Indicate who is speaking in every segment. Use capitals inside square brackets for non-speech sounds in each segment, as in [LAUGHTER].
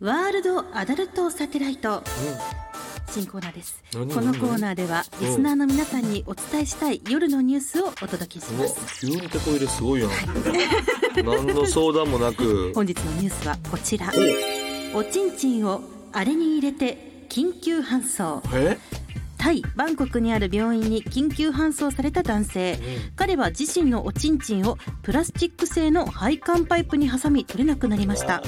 Speaker 1: ワールドアダルトサテライト新コーナーですこの
Speaker 2: 何
Speaker 1: コーナーではリスナーの皆さんにお伝えしたい夜のニュースをお届けし
Speaker 2: う
Speaker 1: ま
Speaker 2: わ
Speaker 1: す
Speaker 2: 急にテこ入れすごいやん何の相談もなく
Speaker 1: 本日のニュースはこちらおちんちんをあれに入れて緊急搬送
Speaker 2: え
Speaker 1: タイバンコクにある病院に緊急搬送された男性、彼は自身のおちんちんをプラスチック製の配管パイプに挟み取れなくなりました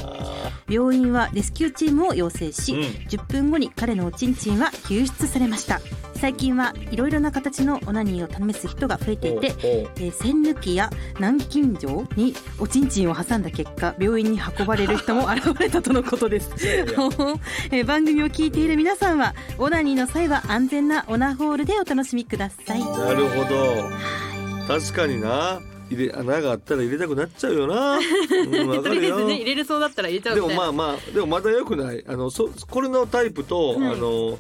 Speaker 1: 病院はレスキューチームを要請し、
Speaker 2: うん
Speaker 1: 10分後に彼のおちんちんは救出されました最近はいろいろな形のオナニーを試す人が増えていてえー栓抜きや南京錠におちんちんを挟んだ結果病院に運ばれる人も現れたとのことです [LAUGHS] えー番組を聞いている皆さんはオナニーの際は安全なオナホールでお楽しみください
Speaker 2: なるほど確かにな入れ穴があったら入れたくなっちゃうよな、うん、わかるよ
Speaker 1: れるそうだったら入れち
Speaker 2: でもまあまあでもまだ良くないあのそこれのタイプと、あの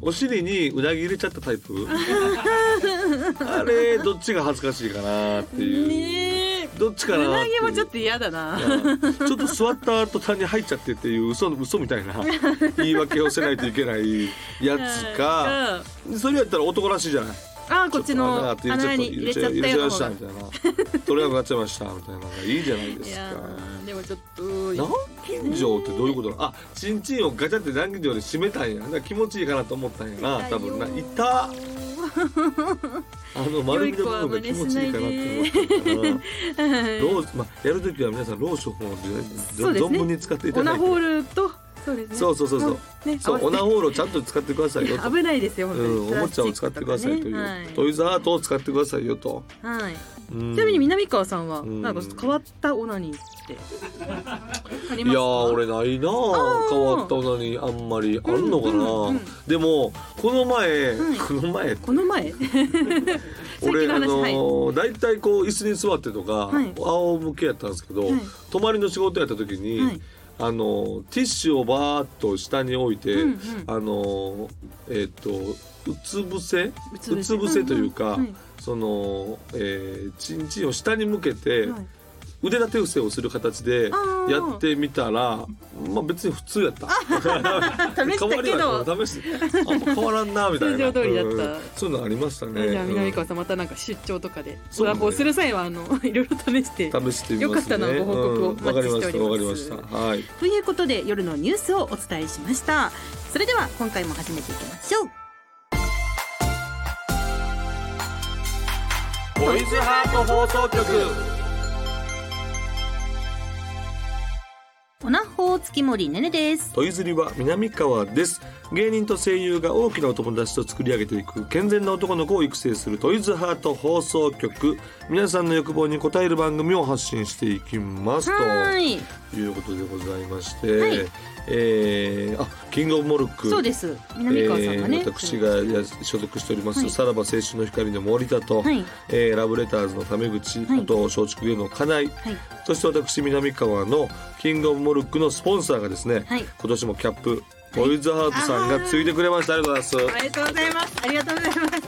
Speaker 2: お尻にうなぎ入れちゃったタイプあれどっちが恥ずかしいかなっていう、
Speaker 3: ねえ
Speaker 2: どっちか
Speaker 3: う
Speaker 2: な
Speaker 3: なぎ
Speaker 2: てい
Speaker 3: も
Speaker 2: う
Speaker 3: ちょっと嫌だな
Speaker 2: うんちょっと座った途端に入っちゃってっていう嘘の嘘みたい
Speaker 3: [LAUGHS]
Speaker 2: な言い訳をせないといけないやつか、
Speaker 3: うん
Speaker 2: それやったら男らしいじゃない
Speaker 3: あーこっちの穴に入れちゃったような
Speaker 2: まし
Speaker 3: 方
Speaker 2: た
Speaker 3: が
Speaker 2: みたいな取れなくなっちゃいましたみたいなのがいいじゃないで
Speaker 3: い
Speaker 2: す
Speaker 3: や
Speaker 2: か。
Speaker 3: ーでもちょっと
Speaker 2: 南京錠ってどういうことなのあチンチンをガチャって南京錠で締めたんやだから気持ちいいかなと思ったんやな多分な痛っあの丸みの部分が気持ちいいかなって思ったんやなロースまあやるときは皆さんローションを
Speaker 3: そうですね
Speaker 2: 存分に使ってい
Speaker 3: オ
Speaker 2: ただ
Speaker 3: ナ
Speaker 2: い
Speaker 3: ホ
Speaker 2: て
Speaker 3: ールとそうですね
Speaker 2: そうそうそうそう
Speaker 3: ね
Speaker 2: そうオナ
Speaker 3: ホ
Speaker 2: ホールをちゃんと使ってくださいよ
Speaker 3: [LAUGHS]
Speaker 2: と
Speaker 3: 危ないですよ本当に
Speaker 2: うんおもちゃを使ってくださいとい
Speaker 3: プラス
Speaker 2: う
Speaker 3: チックと
Speaker 2: ト
Speaker 3: かね
Speaker 2: イザーアートを使ってくださいよと
Speaker 3: はいはい
Speaker 2: うん
Speaker 3: ちなみに南川さんは
Speaker 2: うん
Speaker 3: なんか変わったオナニーってあり
Speaker 2: い
Speaker 3: ますか
Speaker 2: やー俺ないなあ
Speaker 3: ー
Speaker 2: 変わったのにあんまりあるのかな、
Speaker 3: うんうんうん
Speaker 2: でもこの前、
Speaker 3: はい
Speaker 2: この前
Speaker 3: この前
Speaker 2: 俺あ
Speaker 3: さっきの話
Speaker 2: の
Speaker 3: はい
Speaker 2: ー大体、こう椅子に座ってとか、
Speaker 3: はい
Speaker 2: 仰向けやったんですけど、
Speaker 3: はい
Speaker 2: 泊まりの仕事やった時に、
Speaker 3: はい
Speaker 2: あのーティッシュをバーッと下に置いて、
Speaker 3: うんうん
Speaker 2: あのーえっ、とうつ伏せ
Speaker 3: うつ伏せ
Speaker 2: というか、
Speaker 3: うんうんはい
Speaker 2: その、えー、チンチンを下に向けて、
Speaker 3: はい
Speaker 2: 腕立て伏せをする形で
Speaker 3: あー
Speaker 2: やってみたらまあ別に普通やった。 [LAUGHS]
Speaker 3: 試したけ
Speaker 2: 変わ
Speaker 3: ど
Speaker 2: りは試しあんま変わらんなみたいな。
Speaker 3: 通常通りだった
Speaker 2: うんそういうのありましたね。
Speaker 3: じゃあ南
Speaker 2: うん
Speaker 3: 川さんまたなんか出張とかで
Speaker 2: そ
Speaker 3: オ
Speaker 2: うね
Speaker 3: ナホーする際はあの [LAUGHS] いろいろ試
Speaker 2: 試し
Speaker 3: して
Speaker 2: てみますね。
Speaker 3: よかったなご報告を
Speaker 2: うんわかりました。わか
Speaker 3: お
Speaker 2: りま
Speaker 3: 待ち
Speaker 2: し
Speaker 3: し
Speaker 2: た
Speaker 3: ており。
Speaker 2: はい。
Speaker 1: ということで夜のニュースをお伝えしましたそれでは今回も始めていきましょう
Speaker 2: ボイズハート放送局。
Speaker 1: オナホー月森ねねです
Speaker 2: トイズリは南川です。芸人と声優が大きなお友達と作り上げていく健全な男の子を育成するトイズハート放送局。皆さんの欲望に応える番組を発信していきますと。
Speaker 1: はーい
Speaker 2: ということでございまして、
Speaker 1: はい
Speaker 2: えーあキングオブモルック
Speaker 1: そうです南川さんがね、
Speaker 2: えー私がや所属しております、
Speaker 1: はい
Speaker 2: さらば青春の光の森田と、
Speaker 1: はい
Speaker 2: えーラブレターズのタメ口、
Speaker 1: はい
Speaker 2: あと松竹芸能金井、
Speaker 1: はい
Speaker 2: そして私南川のキングオブモルックのスポンサーがですね、
Speaker 1: はい
Speaker 2: 今年もキャップボイズハートさんがついてくれましたありがとうございます
Speaker 3: おめでとうございます
Speaker 1: ありがとうございます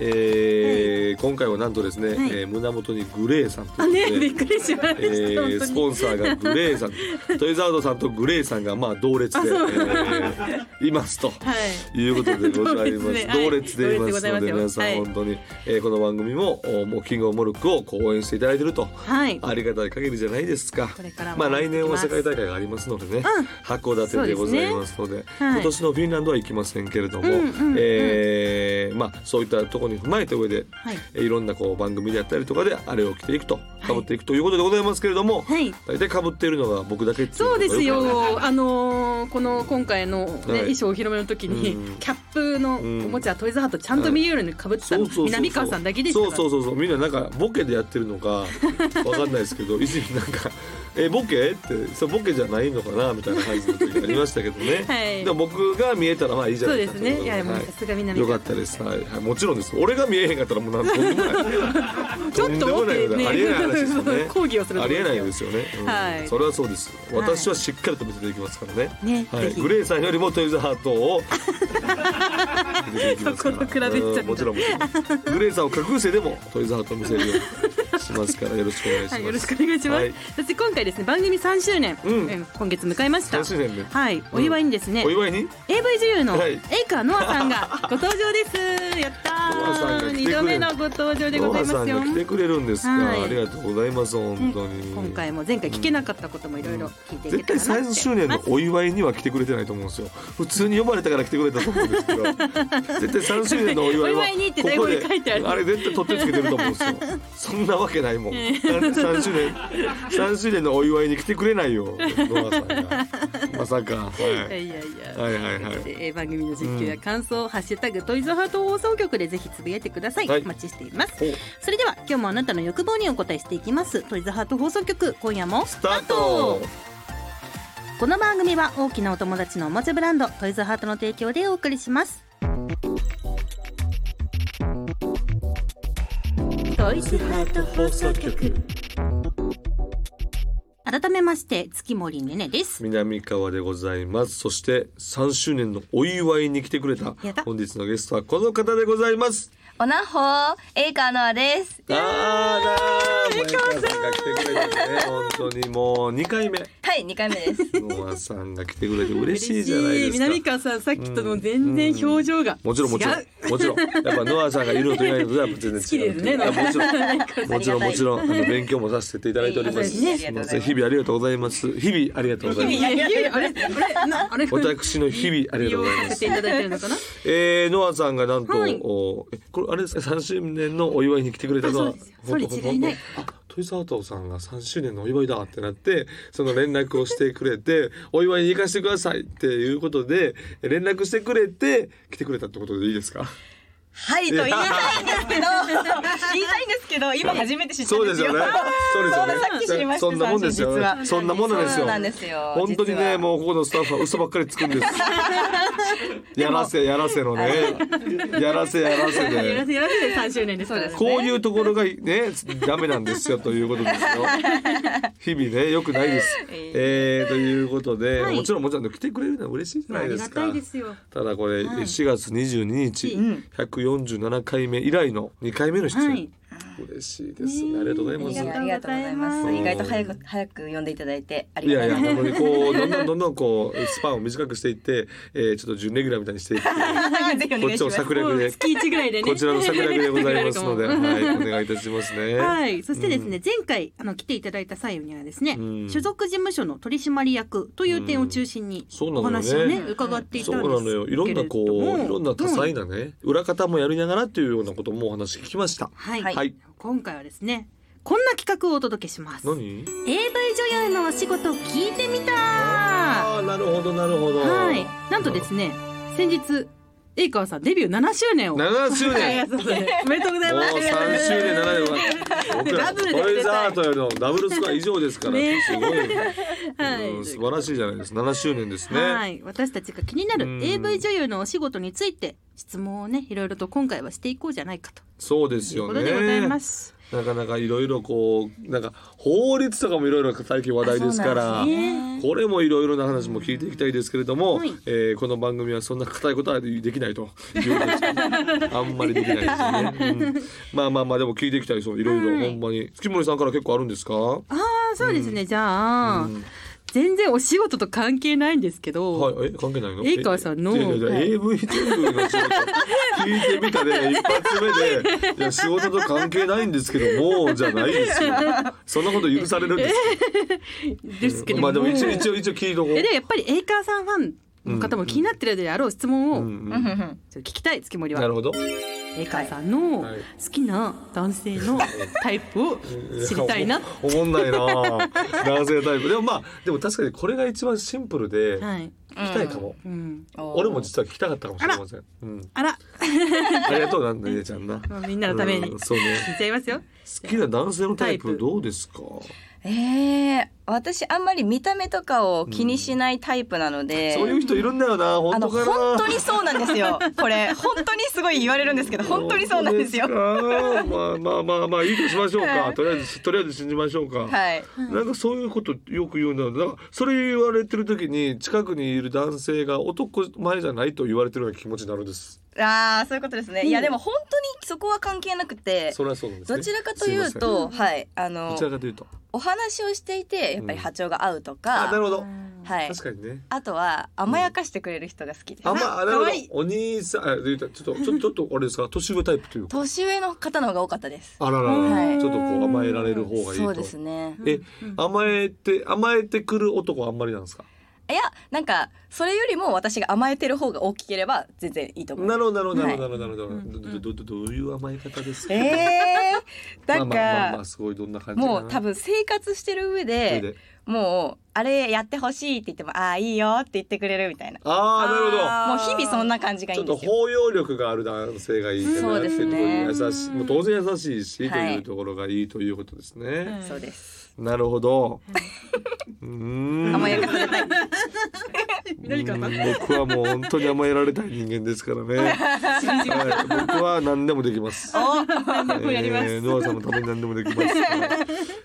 Speaker 2: えー今回はなんとですね、
Speaker 1: はい
Speaker 2: えー胸元にグレーさんと
Speaker 3: あ
Speaker 2: いう
Speaker 3: ね
Speaker 2: ことで
Speaker 3: びっくりしました、
Speaker 2: えー、
Speaker 3: 本
Speaker 2: ス
Speaker 3: 当に
Speaker 2: ポンサーがグレーさんトイザードさんとグレーさんがまあ同列で、えーいますと。
Speaker 3: はい
Speaker 2: いうことでございま
Speaker 3: 同列
Speaker 2: す。
Speaker 3: で
Speaker 2: 同列でいますので、皆
Speaker 3: はい同列でご
Speaker 2: さ
Speaker 3: ざ
Speaker 2: ん
Speaker 3: いますよ
Speaker 2: 本当に、えーこの番組も、おもうキングオブモルックをこう応援していただいてると。
Speaker 1: はい
Speaker 2: ありがたい限りじゃないですか。
Speaker 3: これからも
Speaker 2: まあ、来年は
Speaker 3: 行きます
Speaker 2: 世界大会がありますのでね、函
Speaker 1: そ
Speaker 2: 館
Speaker 1: う
Speaker 2: で
Speaker 1: です
Speaker 2: ご
Speaker 1: ね
Speaker 2: ざいますので。
Speaker 1: はい
Speaker 2: 今年のフィンランドは行きませんけれども、
Speaker 1: うんうんうん
Speaker 2: えーまあ、そういったところに踏まえた上で。
Speaker 1: はい
Speaker 2: えーいろんなこう番組であったりとかであれを着ていくとかぶっていくということでございますけれども、
Speaker 1: はい
Speaker 2: 大体かぶっているのが僕だけってい
Speaker 3: そうです
Speaker 2: のがくわか
Speaker 3: よ。あのーこの今回の、ね
Speaker 2: はい
Speaker 3: 衣装お披露目の時に、
Speaker 2: うん
Speaker 3: キャップのおもちゃ、トイズハートちゃんと見えるように被ってた
Speaker 2: るそうそ
Speaker 3: の、
Speaker 2: うそうそう
Speaker 3: 南川さんだけでしたから。
Speaker 2: そうそうそうそうみんななんかボケでやってるのかわかんないですけ
Speaker 3: [LAUGHS]
Speaker 2: ど一時なんか「えボケ?」ってそれボケじゃないのかなみたいな感じの時がありましたけどね、
Speaker 3: [LAUGHS] はい
Speaker 2: でも僕が見えたらまあいいじゃ
Speaker 3: そ
Speaker 2: ない
Speaker 3: うで
Speaker 2: か
Speaker 3: す
Speaker 2: と
Speaker 3: ね。いやも
Speaker 2: は
Speaker 3: うさすが南
Speaker 2: よか
Speaker 3: 川
Speaker 2: っ
Speaker 3: さ
Speaker 2: た
Speaker 3: ん。
Speaker 2: です、はいはい、もちろんです俺が見えへんかったらもうなんとんでもない
Speaker 3: [LAUGHS] ちょっと
Speaker 2: んでもない
Speaker 3: 待ってね
Speaker 2: ありえない話ですよね
Speaker 3: [LAUGHS] 抗議をすると
Speaker 2: あ
Speaker 3: こ
Speaker 2: り
Speaker 3: ろ
Speaker 2: え
Speaker 3: ですよ
Speaker 2: ないですよね、うん
Speaker 3: はい
Speaker 2: それはそうです
Speaker 1: い
Speaker 2: 私はしっかりと見せていきますからね、
Speaker 1: ね
Speaker 2: は
Speaker 1: ぜ
Speaker 2: い、
Speaker 1: ひ
Speaker 2: グレーさんよりもトイズハート
Speaker 3: [LAUGHS]
Speaker 2: を見せていきますから
Speaker 3: そこと比べちゃっ
Speaker 2: [LAUGHS]
Speaker 3: た
Speaker 2: うんもちろんもちろんグレーさんを架空生でもトイズハートを見せるようにしますからよろしくお願いします。
Speaker 1: はい、よろしくお願いします。
Speaker 2: はい
Speaker 1: そして今回ですね番組3周年、
Speaker 2: うん
Speaker 1: えー今月迎えました
Speaker 2: 三。周年で。
Speaker 1: はい、お祝いにですね、
Speaker 2: お祝いに
Speaker 1: AV 女優の
Speaker 2: はい
Speaker 1: エイカノアさん
Speaker 2: [LAUGHS]
Speaker 1: がご登場です。やった
Speaker 2: ノアさんが
Speaker 1: ー。
Speaker 2: 来てく
Speaker 1: 二
Speaker 2: れ
Speaker 1: 度目のご登場でござい
Speaker 2: ノ
Speaker 1: ま
Speaker 2: ア
Speaker 1: す
Speaker 2: さ
Speaker 1: よ
Speaker 2: んが。来てくれるんですか、
Speaker 1: はい
Speaker 2: ありがとうございます本当に。
Speaker 1: 今回も前回聞けなかったこともいろいろ聞いていけ
Speaker 2: 絶
Speaker 1: た
Speaker 2: 対
Speaker 1: らなって
Speaker 2: 3周年のお祝いには来てくれてないと思うんですよ普通に呼ばれたから来てくれたと思うんですけ
Speaker 1: [LAUGHS]
Speaker 2: ど絶対3周年のお祝いは
Speaker 1: お祝いにって
Speaker 2: こ
Speaker 1: 台
Speaker 2: こ
Speaker 1: 本
Speaker 2: で
Speaker 1: に書いてある
Speaker 2: あれ絶対取ってつけてると思うんですよ
Speaker 1: [LAUGHS]
Speaker 2: そんなわけないもんなんで3周年3周年のお祝いに来てくれないよノアさんがまさか、はい
Speaker 1: や
Speaker 2: い、
Speaker 1: いやいや。
Speaker 2: はいはいはい
Speaker 1: えー番組の実況や感想、ハッシュタグトイズハート放送局でぜひつぶやいてください、
Speaker 2: はい
Speaker 1: お待ちしています
Speaker 2: ほう
Speaker 1: それでは今日もあなたの欲望にお答えしていきますトイズハート放送局今夜も
Speaker 2: スタート
Speaker 1: この番組は大きなお友達のおもちゃブランドトイズハートの提供でお送りしますトイズハート放送局改めまして月森ねねです
Speaker 2: 南川でございますそして3周年のお祝いに来てくれた
Speaker 1: やった
Speaker 2: 本日のゲストはこの方でございます
Speaker 4: おなほー、エイカーノアです。
Speaker 2: あーだー、前川さんが来てくれてね、本当にもう二回目。
Speaker 4: はい、二回目
Speaker 1: [LAUGHS]
Speaker 4: です。
Speaker 2: ノアさんが来てくれて嬉しいじゃないですか。
Speaker 1: 嬉しい南川さんさっきと
Speaker 2: う
Speaker 1: の
Speaker 2: ん
Speaker 1: 全然表情が違う、
Speaker 2: もちろんもちろんもちろんやっぱノアさんがいるのといないのとはやっぱ全然違う。
Speaker 1: 好きですね
Speaker 2: いやもちろんもちろん
Speaker 4: ありがたい
Speaker 2: もちろんあの勉強もさせていただいております。
Speaker 1: いえいえ
Speaker 2: すみません日々ありがとうございます。日々ありがとうござい
Speaker 1: い
Speaker 2: ます。
Speaker 1: やいやいやあれあれなあれ
Speaker 2: 私の日々ありがとうござい
Speaker 1: 利用
Speaker 2: ま
Speaker 1: [LAUGHS] させ
Speaker 2: す
Speaker 1: てい。ただいてるのかな
Speaker 2: えー、ノアさんがなんと、
Speaker 1: はい
Speaker 2: おえこれあれですか三周年のお祝いに来てくれたのは
Speaker 1: あそうですよそれ違いない
Speaker 2: ほんとほんとあトイサートさんが3周年のお祝いだってなってその連絡をしてくれてお祝いに行かせてくださいっていうことで連絡してくれて来てくれたってことでいいですか
Speaker 4: はい、と言いたいんですけど、言いたいんですけど、今初め [LAUGHS] て知った
Speaker 2: そ
Speaker 4: ん
Speaker 2: う
Speaker 4: で
Speaker 2: ですす
Speaker 4: よ。
Speaker 2: よねそうですよね
Speaker 4: さっき知りました
Speaker 2: そんなもんですよ
Speaker 4: 実
Speaker 2: ね
Speaker 4: は
Speaker 2: そんなもんなんです
Speaker 4: そ
Speaker 2: よ
Speaker 4: うなんですよ。
Speaker 2: 本当に
Speaker 4: 実
Speaker 2: ね
Speaker 4: は
Speaker 2: もうここのスタッフは嘘ばっかりつくんですやらせやらせのねやらせやらせ
Speaker 1: や
Speaker 2: で
Speaker 1: らせやらせで3周年ですから
Speaker 4: そうです
Speaker 2: こういうところがね、ダメなんですよということですよ。日々ね、良くないです。えー、ということで、
Speaker 1: はい
Speaker 2: もちろんもちろん来てくれるのは嬉しいじゃ
Speaker 1: まあ
Speaker 2: な
Speaker 1: あ
Speaker 2: い
Speaker 1: り
Speaker 2: で
Speaker 1: が
Speaker 2: すか。
Speaker 1: たいですよ
Speaker 2: ただこれ、
Speaker 1: はい
Speaker 2: 4月22日、
Speaker 1: うん
Speaker 2: 147回目以来の2回目の出演、
Speaker 1: はい
Speaker 2: 嬉しいですね。ありがとうございます。
Speaker 4: いやありがとうございます。意外と早く、早く呼んでいただいて、あ
Speaker 2: い
Speaker 4: りが
Speaker 2: や
Speaker 4: と
Speaker 2: いう
Speaker 4: ご
Speaker 2: や、
Speaker 4: ざいます。
Speaker 2: なのでこう、どんどんどんどんこう、スパンを短くしていって、えー、ちょっと準レギュラーみたいにして
Speaker 1: [LAUGHS]
Speaker 2: いって、
Speaker 4: ぜひお
Speaker 2: こっ
Speaker 4: 願
Speaker 2: ち
Speaker 4: いし
Speaker 2: を
Speaker 4: ます。
Speaker 2: 策略で、
Speaker 1: 月1ぐらいでね
Speaker 2: こちらの策略でございますので、
Speaker 1: 策略かも
Speaker 2: はい、お願いいたしますね。
Speaker 1: はい、そしてですね、前回あの来ていただいた際にはですね、
Speaker 2: うん
Speaker 1: 所属事務所の取締役という点を中心に
Speaker 2: そうなの
Speaker 1: お
Speaker 2: よね
Speaker 1: 話をね伺っていた
Speaker 2: そ
Speaker 1: ん
Speaker 2: う
Speaker 1: です
Speaker 2: なのよいろんなこ
Speaker 1: けれど
Speaker 2: う
Speaker 1: も
Speaker 2: いろんな多彩なね、裏方もやりながらっていうようなこともお話聞きました
Speaker 1: はい、
Speaker 4: はい
Speaker 2: はい
Speaker 1: 今回はですねこんな企画をお届けします AV
Speaker 2: 何
Speaker 1: 女優のお仕事聞いてみたは
Speaker 2: ああなるほどなるほど
Speaker 1: いなんとですね先日栄川さんデビュー7周年を
Speaker 2: 7周
Speaker 1: はい
Speaker 2: 年
Speaker 1: そうですねおめでとうござい
Speaker 2: もう
Speaker 1: ます
Speaker 2: 3周年7年は僕ら
Speaker 1: ダブルで
Speaker 2: トイザートよりのダブルスコア以上ですから、
Speaker 1: ね
Speaker 2: すごい、
Speaker 1: はい
Speaker 2: うん素晴らしいじゃないですか7周年ですね、
Speaker 1: はい、私たちが気にな
Speaker 2: う
Speaker 1: る
Speaker 2: ん
Speaker 1: AV 女優のお仕事について質問をねいろいろと今回はしていこうじゃないかと
Speaker 2: そうです
Speaker 1: いう
Speaker 2: よ
Speaker 1: ことでござい
Speaker 2: ね
Speaker 1: ます。
Speaker 2: なかなかいろいろこうなんか法律とかもいろいろ最近話題ですから
Speaker 4: あそうなんですね
Speaker 2: これもいろいろな話も聞いていきたいですけれども、
Speaker 1: はい
Speaker 2: えーこの番組はそんな固いことはできないということですねあんまりできないですよね、うんまあまあまあでも聞いていきたいそういろいろ、
Speaker 1: はい
Speaker 2: ほんまに月森さんから結構あるんですか、
Speaker 1: ああそうですね、じゃあ、
Speaker 2: うん
Speaker 1: 全然お仕事と関係ないんですけど、
Speaker 2: はいえ関係ないの
Speaker 1: 栄川さんの
Speaker 2: えいやいや AV 女優の仕事聞いてみたね一発目でいや仕事と関係ないんですけどもじゃないで
Speaker 1: [LAUGHS]
Speaker 2: すよそんなこと許されるんですか
Speaker 1: ですけども,、
Speaker 2: まあでも一応一応一応聞いとこう
Speaker 1: えでやっぱり栄川さんファンの方も気になってるであろう質問
Speaker 2: う
Speaker 1: をち
Speaker 2: んうん
Speaker 4: うんうんうん
Speaker 1: ょっと聞きたい月森
Speaker 2: な
Speaker 1: は
Speaker 2: るほど
Speaker 1: 栄川さんの
Speaker 2: はい
Speaker 1: 好きな男性のタイプを知りたいな。
Speaker 2: おもんないな男性タイプでもまあでも確かにこれが一番シンプルで聞
Speaker 1: はい、
Speaker 2: きたいかも、
Speaker 1: うん、
Speaker 2: 俺も実は聞きたかったかもしれません、うん、
Speaker 1: あら、
Speaker 2: ありがとうなんだねちゃんな
Speaker 1: [LAUGHS] まあみんなのために
Speaker 2: う
Speaker 1: 聞
Speaker 2: んそうね
Speaker 1: いちゃいますよ。
Speaker 2: 好きな男性のタイ
Speaker 1: タイ
Speaker 2: プ
Speaker 1: プ
Speaker 2: どうですか
Speaker 4: ええ私あんまり見た目とかを気にしないタイプなので、
Speaker 2: そういう人いるんだよな
Speaker 4: あ
Speaker 2: 本
Speaker 4: の
Speaker 2: 当かな [LAUGHS]
Speaker 4: 本当にそうなんですよこれ本当にすごい言われるんですけど本当にそうなんですよ
Speaker 2: 本当ですかまあまあまあまあいいとしましょうか、
Speaker 4: はい
Speaker 2: とりあえずとりあえず信じましょうか、
Speaker 4: はい
Speaker 2: なんかそういうことよく言うんだよなんかそれ言われてる時に近くにいる男性が男前じゃないと言われてるような気持ちになるんです
Speaker 4: ああそういうことですね、いやでも本当にそこは関係なくて
Speaker 2: それはそうなんですね
Speaker 4: どちらかという
Speaker 2: すま
Speaker 4: とはいあ
Speaker 2: せんど
Speaker 4: の
Speaker 2: ちらかというと
Speaker 4: お話をしていてやっぱり波長が合うと
Speaker 2: あな
Speaker 4: か、
Speaker 2: るほど、
Speaker 4: はい
Speaker 2: 確かにね
Speaker 4: あとは甘やかしてくれる人が好きです、
Speaker 2: あまあなる
Speaker 4: か
Speaker 2: ほど
Speaker 4: わいい
Speaker 2: お兄さんあちょっとちょっとちょっとちょっとあれですか年上タイプというか
Speaker 4: 年上の方の方が多かったです
Speaker 2: あららら、
Speaker 4: はい
Speaker 2: ちょっとこう甘えられる方がいいと
Speaker 4: そうですね
Speaker 2: え甘えて甘えてくる男はあんまりなんですか
Speaker 4: いやなんかそれよりも私が甘えてる方が大きければ全然いいと思いま
Speaker 2: な
Speaker 4: す
Speaker 2: るほどなるほどなるほど
Speaker 4: は
Speaker 2: なるほど、どどどどういう甘え方ですか、 [LAUGHS]
Speaker 4: えー、な
Speaker 2: まあ
Speaker 4: んか、
Speaker 2: まあまあまあすごいどんな感じかな
Speaker 4: もう多分生活してる上
Speaker 2: それ
Speaker 4: で
Speaker 2: で
Speaker 4: もうあれやってほしいって言ってもああいいよって言ってくれるみたいな
Speaker 2: ああなるほど
Speaker 4: もう日々そんな感じが
Speaker 2: ち
Speaker 4: いい
Speaker 2: ょっ
Speaker 4: ん
Speaker 2: と
Speaker 4: ですよ
Speaker 2: 包容力がある男性がいいか
Speaker 4: そ
Speaker 2: な
Speaker 4: う
Speaker 2: って
Speaker 4: で
Speaker 2: いうと
Speaker 4: す
Speaker 2: ころに
Speaker 4: ね
Speaker 2: 優しい、もう当然優しいし、
Speaker 4: はい
Speaker 2: というところがいいということですね。
Speaker 4: そうです
Speaker 2: なるほど。うーん
Speaker 4: 甘やかされたい
Speaker 3: 緑川さん
Speaker 2: うーん僕はもう本当に甘えられたい人間ですからね。はい、僕は何でもできます。 [LAUGHS]
Speaker 3: 何でもやります
Speaker 2: えーノアさんのために何でもできます。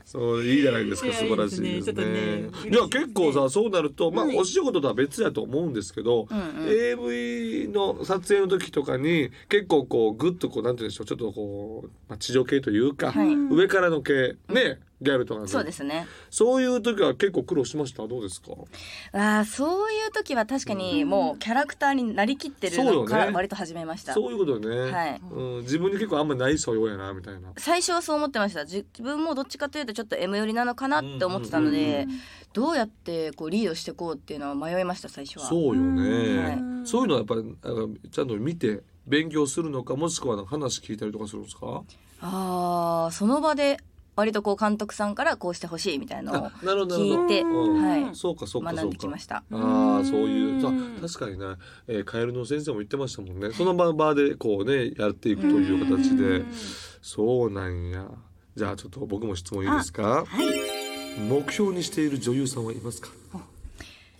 Speaker 2: そういいじゃないですか素
Speaker 3: いや
Speaker 2: 晴らしい
Speaker 3: いい
Speaker 2: で
Speaker 3: です
Speaker 2: ね。
Speaker 3: すねちょっとね
Speaker 2: じゃあ結構さそうなるとまあ
Speaker 3: はい
Speaker 2: お仕事とは別だと思うんですけど、
Speaker 4: うんうん
Speaker 2: AV の撮影の時とかに結構こうグッとこうなんて言うんでしょうちょっとこう、まあ、地上系というか、
Speaker 4: はい
Speaker 2: [LAUGHS] 上からの系ねギャルとかね
Speaker 4: そうですね
Speaker 2: そういう時は結構苦労しましたどうですか
Speaker 4: ああそういう時は確かにもうキャラクターになりきってる
Speaker 2: そうよ
Speaker 4: の
Speaker 2: ね
Speaker 4: から割と始めました、
Speaker 2: そういうことね、
Speaker 4: はい
Speaker 2: うん、自分に結構あんまりない素養やなみたいな。
Speaker 4: 最初はそう思ってました自自分もどっちかというとちょっと M 寄りなのかなって思ってたので、
Speaker 2: うんうんうん
Speaker 4: どうやってこうリードしていこうっていうのは迷いました最初は
Speaker 2: そうよね、
Speaker 4: う
Speaker 2: そういうのはやっぱりなんかちゃんと見て勉強するのかもしくはなんか話聞いたりとかするんですか
Speaker 4: あーその場で割とこう監督さんからこうしてほしいみたいなのを
Speaker 2: あなるほどなるほど
Speaker 4: 聞いて、
Speaker 2: うん
Speaker 4: はい
Speaker 2: そうかそうか
Speaker 4: 学
Speaker 2: そ
Speaker 4: ん
Speaker 2: う
Speaker 4: でき
Speaker 2: か
Speaker 4: ました
Speaker 2: ああそういうさ
Speaker 3: うん
Speaker 2: 確かにね、えー、カエルの先生も言ってましたもんねその場場でこうねやっていくという形でそうなんやじゃあちょっと僕も質問いいです
Speaker 1: は
Speaker 2: か
Speaker 1: い
Speaker 2: 目標にしている女優さんはいますか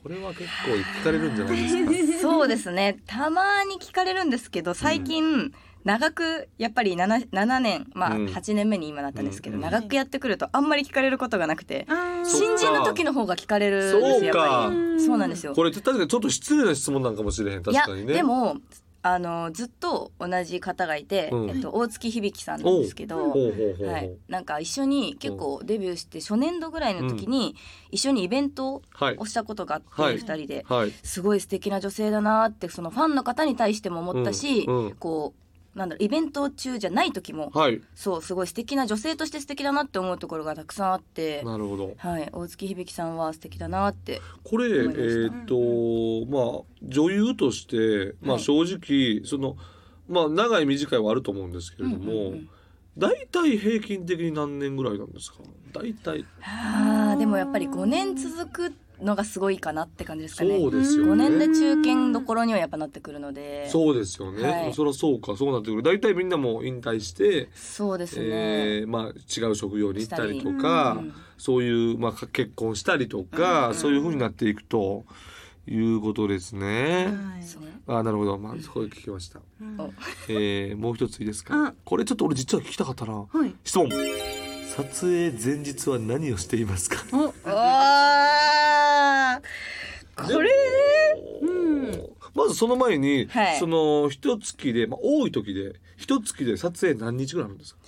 Speaker 2: これは結構聞かれるんじゃないですか
Speaker 4: そうですねたまに聞かれるんですけど最近、長くやっぱり 7, 7年まあ
Speaker 2: うん
Speaker 4: 8年目に今なったんですけど、
Speaker 2: うん
Speaker 4: 長くやってくるとあんまり聞かれることがなくて、
Speaker 2: そうか
Speaker 4: 新人の時の方が聞かれるんですよやっぱ
Speaker 2: そう
Speaker 4: りそうなんですよ
Speaker 2: これ確かにちょっと失礼な質問なんかもしれへん確かに
Speaker 4: い
Speaker 2: ね
Speaker 4: やでもあのずっと同じ方がいて、
Speaker 2: うん
Speaker 4: えっと、大月響さんなんですけど、
Speaker 2: ほうほうほうほう、
Speaker 4: はい、なんか一緒に結構デビューして初年度ぐらいの時に一緒にイベント
Speaker 2: はい
Speaker 4: をしたことがあって、
Speaker 2: はい
Speaker 4: 2人で、
Speaker 2: はい
Speaker 4: すごい素敵な女性だなってそのファンの方に対しても思ったし、
Speaker 2: うんうん
Speaker 4: こうなんだろうイベント中じゃない時も、
Speaker 2: はい
Speaker 4: そうすごい素敵な女性として素敵だなって思うところがたくさんあって、
Speaker 2: なるほど
Speaker 4: はい、大月響さんは素敵だなって
Speaker 2: これえ
Speaker 4: 思いました
Speaker 2: ーっとまあ女優としてまあ
Speaker 4: はい
Speaker 2: 正直、そのまあ長い短いはあると思うんですけれども、
Speaker 4: うんうんうん
Speaker 2: 大体平均的に何年ぐらいなんですか大体
Speaker 4: あーでもやっぱり5年続くのがすごいかなって感じですかね。
Speaker 2: そうですよ
Speaker 4: 5年で
Speaker 2: ね
Speaker 4: 中堅どころにはやっぱなってくるので
Speaker 2: そうですよね、
Speaker 4: はい
Speaker 2: そりゃそうかそうなってくる大体みんなもう引退して、
Speaker 4: そうですね、
Speaker 2: えーまあ、違う職業に行ったりとか、
Speaker 4: うん
Speaker 2: そういう、まあ、か結婚したりとか、そういうふうになっていくということですね。
Speaker 4: そう
Speaker 2: あなるほど、まあ、そこで聞きました。
Speaker 4: お
Speaker 2: えー、もう一ついいですか
Speaker 1: あ。
Speaker 2: これちょっと俺実は聞きたかったな。
Speaker 1: はい
Speaker 2: 質問。撮影前日は何をしていますか。
Speaker 4: あこれね
Speaker 2: うん。まずその前に、
Speaker 4: はい
Speaker 2: その一月で、まあ、多い時で、一月で撮影何日ぐらいあるんですか。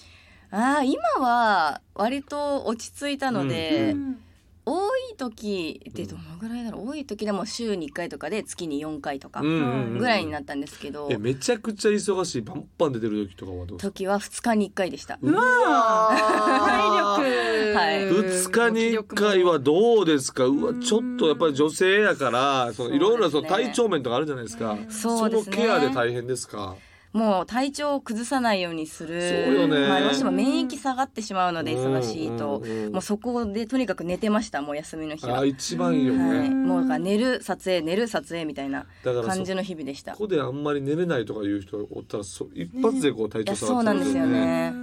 Speaker 4: あー今は割と落ち着いたので、
Speaker 2: うん
Speaker 4: 多い時でどのぐらいだろう、多い時でも週に1回とかで月に4回とかぐらいにな
Speaker 2: っ
Speaker 4: ったんですけど、
Speaker 2: え、めちゃくちゃ忙しい、バンバン出てる時とかはどうですか。
Speaker 4: 時は2日に1回でした。
Speaker 2: うわー
Speaker 4: はい
Speaker 2: 2日に1回はどうですかうわちょっとやっぱり女性やからそのいろいろその
Speaker 4: そうですね
Speaker 2: 体調面とかあるじゃないですか
Speaker 4: そうですね
Speaker 2: のケアで大変ですか
Speaker 4: もう体調を崩さないようにする
Speaker 2: そうよね
Speaker 4: まあ、どうしても免疫下がってしまうので忙しいと
Speaker 2: うんうんうん
Speaker 4: もうそこでとにかく寝てましたもう休みの日は。
Speaker 2: あ
Speaker 4: はい
Speaker 2: 一番いいよね、
Speaker 4: もうだから寝る撮影寝る撮影みたいな
Speaker 2: だからそ
Speaker 4: 感じの日々でした
Speaker 2: こ。こであんまり寝れないとかいう人おったらそう一発でこう体
Speaker 4: いや
Speaker 2: 調下
Speaker 4: そ
Speaker 2: が
Speaker 4: う
Speaker 2: っちゃ
Speaker 4: なんですよ
Speaker 2: よ
Speaker 4: ね。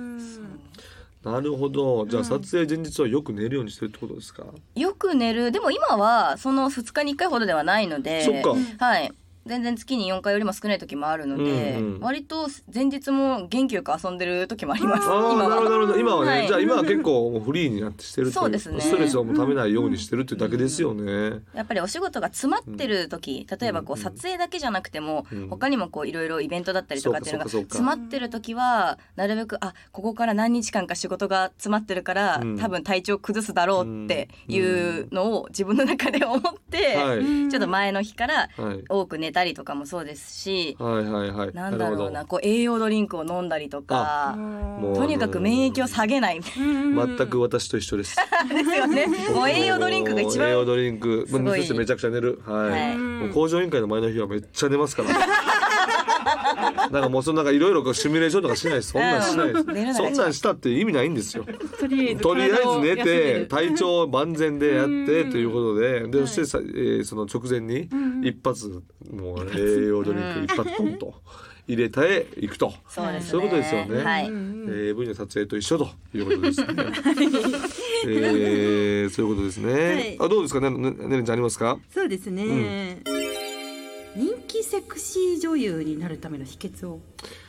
Speaker 2: なるほどじゃあ撮影前日はよく寝るようにしてるってことですか、
Speaker 4: よく寝るでも今はその2日に1回ほどではないので
Speaker 2: そっか
Speaker 4: はい全然月に4回よりも少ない時もあるので、
Speaker 2: うんうん
Speaker 4: 割と前日も元気よく遊んでる時もあります今
Speaker 2: ああなるほどな
Speaker 4: は
Speaker 2: るほど今はね、
Speaker 4: はい
Speaker 2: じゃあ今は結構もうフリーになってしてるってい
Speaker 4: そうですね
Speaker 2: ストレスをもうためないようにしてるってだけですよね、
Speaker 4: やっぱりお仕事が詰まってる時例えばこ
Speaker 2: う
Speaker 4: う
Speaker 2: んうん
Speaker 4: 撮影だけじゃなくても、
Speaker 2: うん
Speaker 4: 他にもこういろいろイベントだったりとかっていうのが
Speaker 2: そうかそうかそう
Speaker 4: 詰
Speaker 2: か
Speaker 4: まってる時はなるべくあここから何日間か仕事が詰まってるから、
Speaker 2: うん
Speaker 4: 多分体調崩すだろうっていうのを自分の中で思って、
Speaker 2: はい、
Speaker 4: ちょっと前の日から
Speaker 2: はい
Speaker 4: 多く寝たりとかもそうですし、
Speaker 2: はいはいはい
Speaker 4: なんだろうな
Speaker 2: る
Speaker 4: こう栄養ドリンクを飲んだりとか。
Speaker 2: ほ
Speaker 1: も
Speaker 2: どもう
Speaker 4: とにかく免疫を下げないで
Speaker 2: 全く私と一緒です
Speaker 4: すよね。 [LAUGHS] もう栄養ドリンクが一
Speaker 2: 栄養
Speaker 4: 番
Speaker 2: ドリンク
Speaker 4: すごい
Speaker 2: そしてめちゃくちゃ寝るはい、
Speaker 4: はい
Speaker 2: もう工場委員会の前の日はめっちゃ寝
Speaker 4: [LAUGHS]
Speaker 2: ますからなんかもうそのなんかいろいろこうシミュレーションとかしないですそんなんしないです
Speaker 4: うん寝るなら
Speaker 2: そんなんしたって意味ないんですよ
Speaker 3: とりあえず
Speaker 2: とりあえ
Speaker 3: 体
Speaker 2: ず
Speaker 3: を
Speaker 2: 寝
Speaker 3: 休
Speaker 2: て
Speaker 3: める
Speaker 2: 体調を万全でやって
Speaker 3: うん
Speaker 2: ということでで
Speaker 3: は
Speaker 2: そして
Speaker 3: い
Speaker 2: さ、えーその直前に
Speaker 3: ん
Speaker 2: 一発もう栄養ドリンク一発ポンと入れたえいくと。
Speaker 4: そうですね。
Speaker 2: そういうことですよね
Speaker 4: はい。
Speaker 2: えー AV の撮影と一緒ということですね。えーそういうことですね。
Speaker 1: は
Speaker 2: あどうですかねねねるちゃんありますか。
Speaker 1: そうですね、人気セクシー女優になるための秘訣を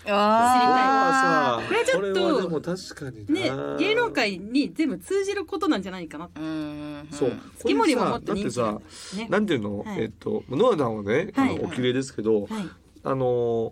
Speaker 4: あ
Speaker 2: こ
Speaker 3: これはちょっと
Speaker 2: れはでも確かに
Speaker 3: ね
Speaker 2: な
Speaker 3: 芸能界に全部通じることなんじゃないかな
Speaker 4: あ。うん。
Speaker 2: そう。
Speaker 3: 月森もも
Speaker 2: こ
Speaker 3: っ
Speaker 2: とれ
Speaker 3: 人気
Speaker 2: さだ
Speaker 3: な
Speaker 2: っ
Speaker 3: ん
Speaker 2: て
Speaker 3: ですね
Speaker 2: さなんていうの、
Speaker 1: はい
Speaker 2: えっとノアさんはね、あの
Speaker 1: はい
Speaker 2: お綺麗ですけど、
Speaker 1: はい
Speaker 2: あの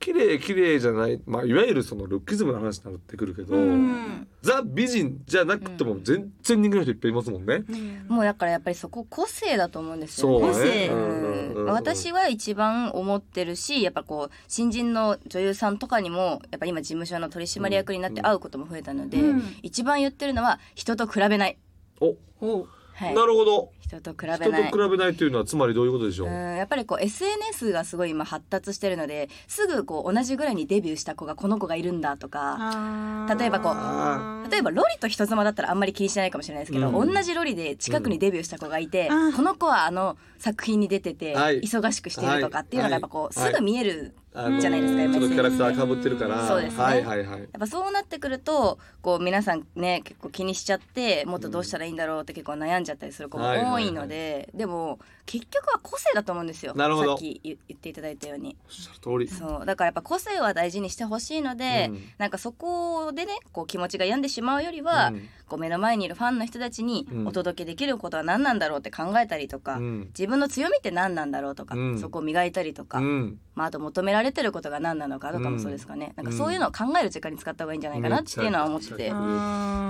Speaker 2: 綺麗綺麗じゃない、まあいわゆるそのルッキズムの話になってくるけど、
Speaker 3: うん
Speaker 2: ザ美人じゃなくても全然人気の人いっぱいいますもんね。
Speaker 4: もうだからやっぱりそこ個性だと思うんですよ
Speaker 2: そ
Speaker 1: ね
Speaker 2: う
Speaker 1: 個性
Speaker 2: うんうんうん
Speaker 4: 私は一番思ってるしやっぱこう新人の女優さんとかにもやっぱ今事務所の取締役になって会うことも増えたので、
Speaker 3: うん
Speaker 4: 一番言ってるのは人と比べない、
Speaker 2: お、
Speaker 3: ほ
Speaker 4: はい
Speaker 2: な、るほど。
Speaker 4: 人と比べ
Speaker 2: 人と
Speaker 4: な
Speaker 2: 比
Speaker 4: い
Speaker 2: べないというのはつまりどういうことでしょ
Speaker 4: う
Speaker 2: う。
Speaker 4: んやっぱりこう SNS がすごい今発達してるのですぐこう同じぐらいにデビューした子がこの子がいるんだとか例えばこう
Speaker 2: あ
Speaker 4: 例えばロリと人妻だったらあんまり気にしないかもしれないですけ
Speaker 2: う
Speaker 4: ど、
Speaker 2: ん
Speaker 4: 同じロリで近くにデビューした子がいて、
Speaker 1: うんあー
Speaker 4: この子はあの作品に出てて
Speaker 2: はい
Speaker 4: 忙しくしてるとかっていうのがやっぱこう
Speaker 2: は
Speaker 4: す
Speaker 2: い
Speaker 4: ぐ見える、
Speaker 2: あの
Speaker 4: じゃないですかやっぱ
Speaker 2: ちょ
Speaker 4: り
Speaker 2: っとキャラクター被ってるから。
Speaker 4: そうですね
Speaker 2: はいはいはい。
Speaker 4: やっぱそうなってくるとこう皆さんね結構気にしちゃってもっとどうしたらいいんだろうって結構悩んじゃったりする子も多いので、でも結局は個性だと思うんですよ
Speaker 2: なるほど
Speaker 4: さっき言言っていただいたように
Speaker 2: おっしゃる通り。
Speaker 4: そうだからやっぱ個性は大事にしてほしいので、
Speaker 2: うん
Speaker 4: なんかそこでねこう気持ちが病んでしまうよりは、
Speaker 2: うん
Speaker 4: こう目の前にいるファンの人たちに
Speaker 2: うん
Speaker 4: お届けできることは何なんだろうって考えたりとか、
Speaker 2: うん
Speaker 4: 自分の強みって何なんだろうとか、
Speaker 2: うん
Speaker 4: そこを磨いたりとか、
Speaker 2: うん。
Speaker 4: まあ、あと求められてることが何なのかとかもそうですかね、なんかそういうのを考える時間に使った方がいいんじゃないかなっていうのは思ってて
Speaker 2: う。
Speaker 3: は。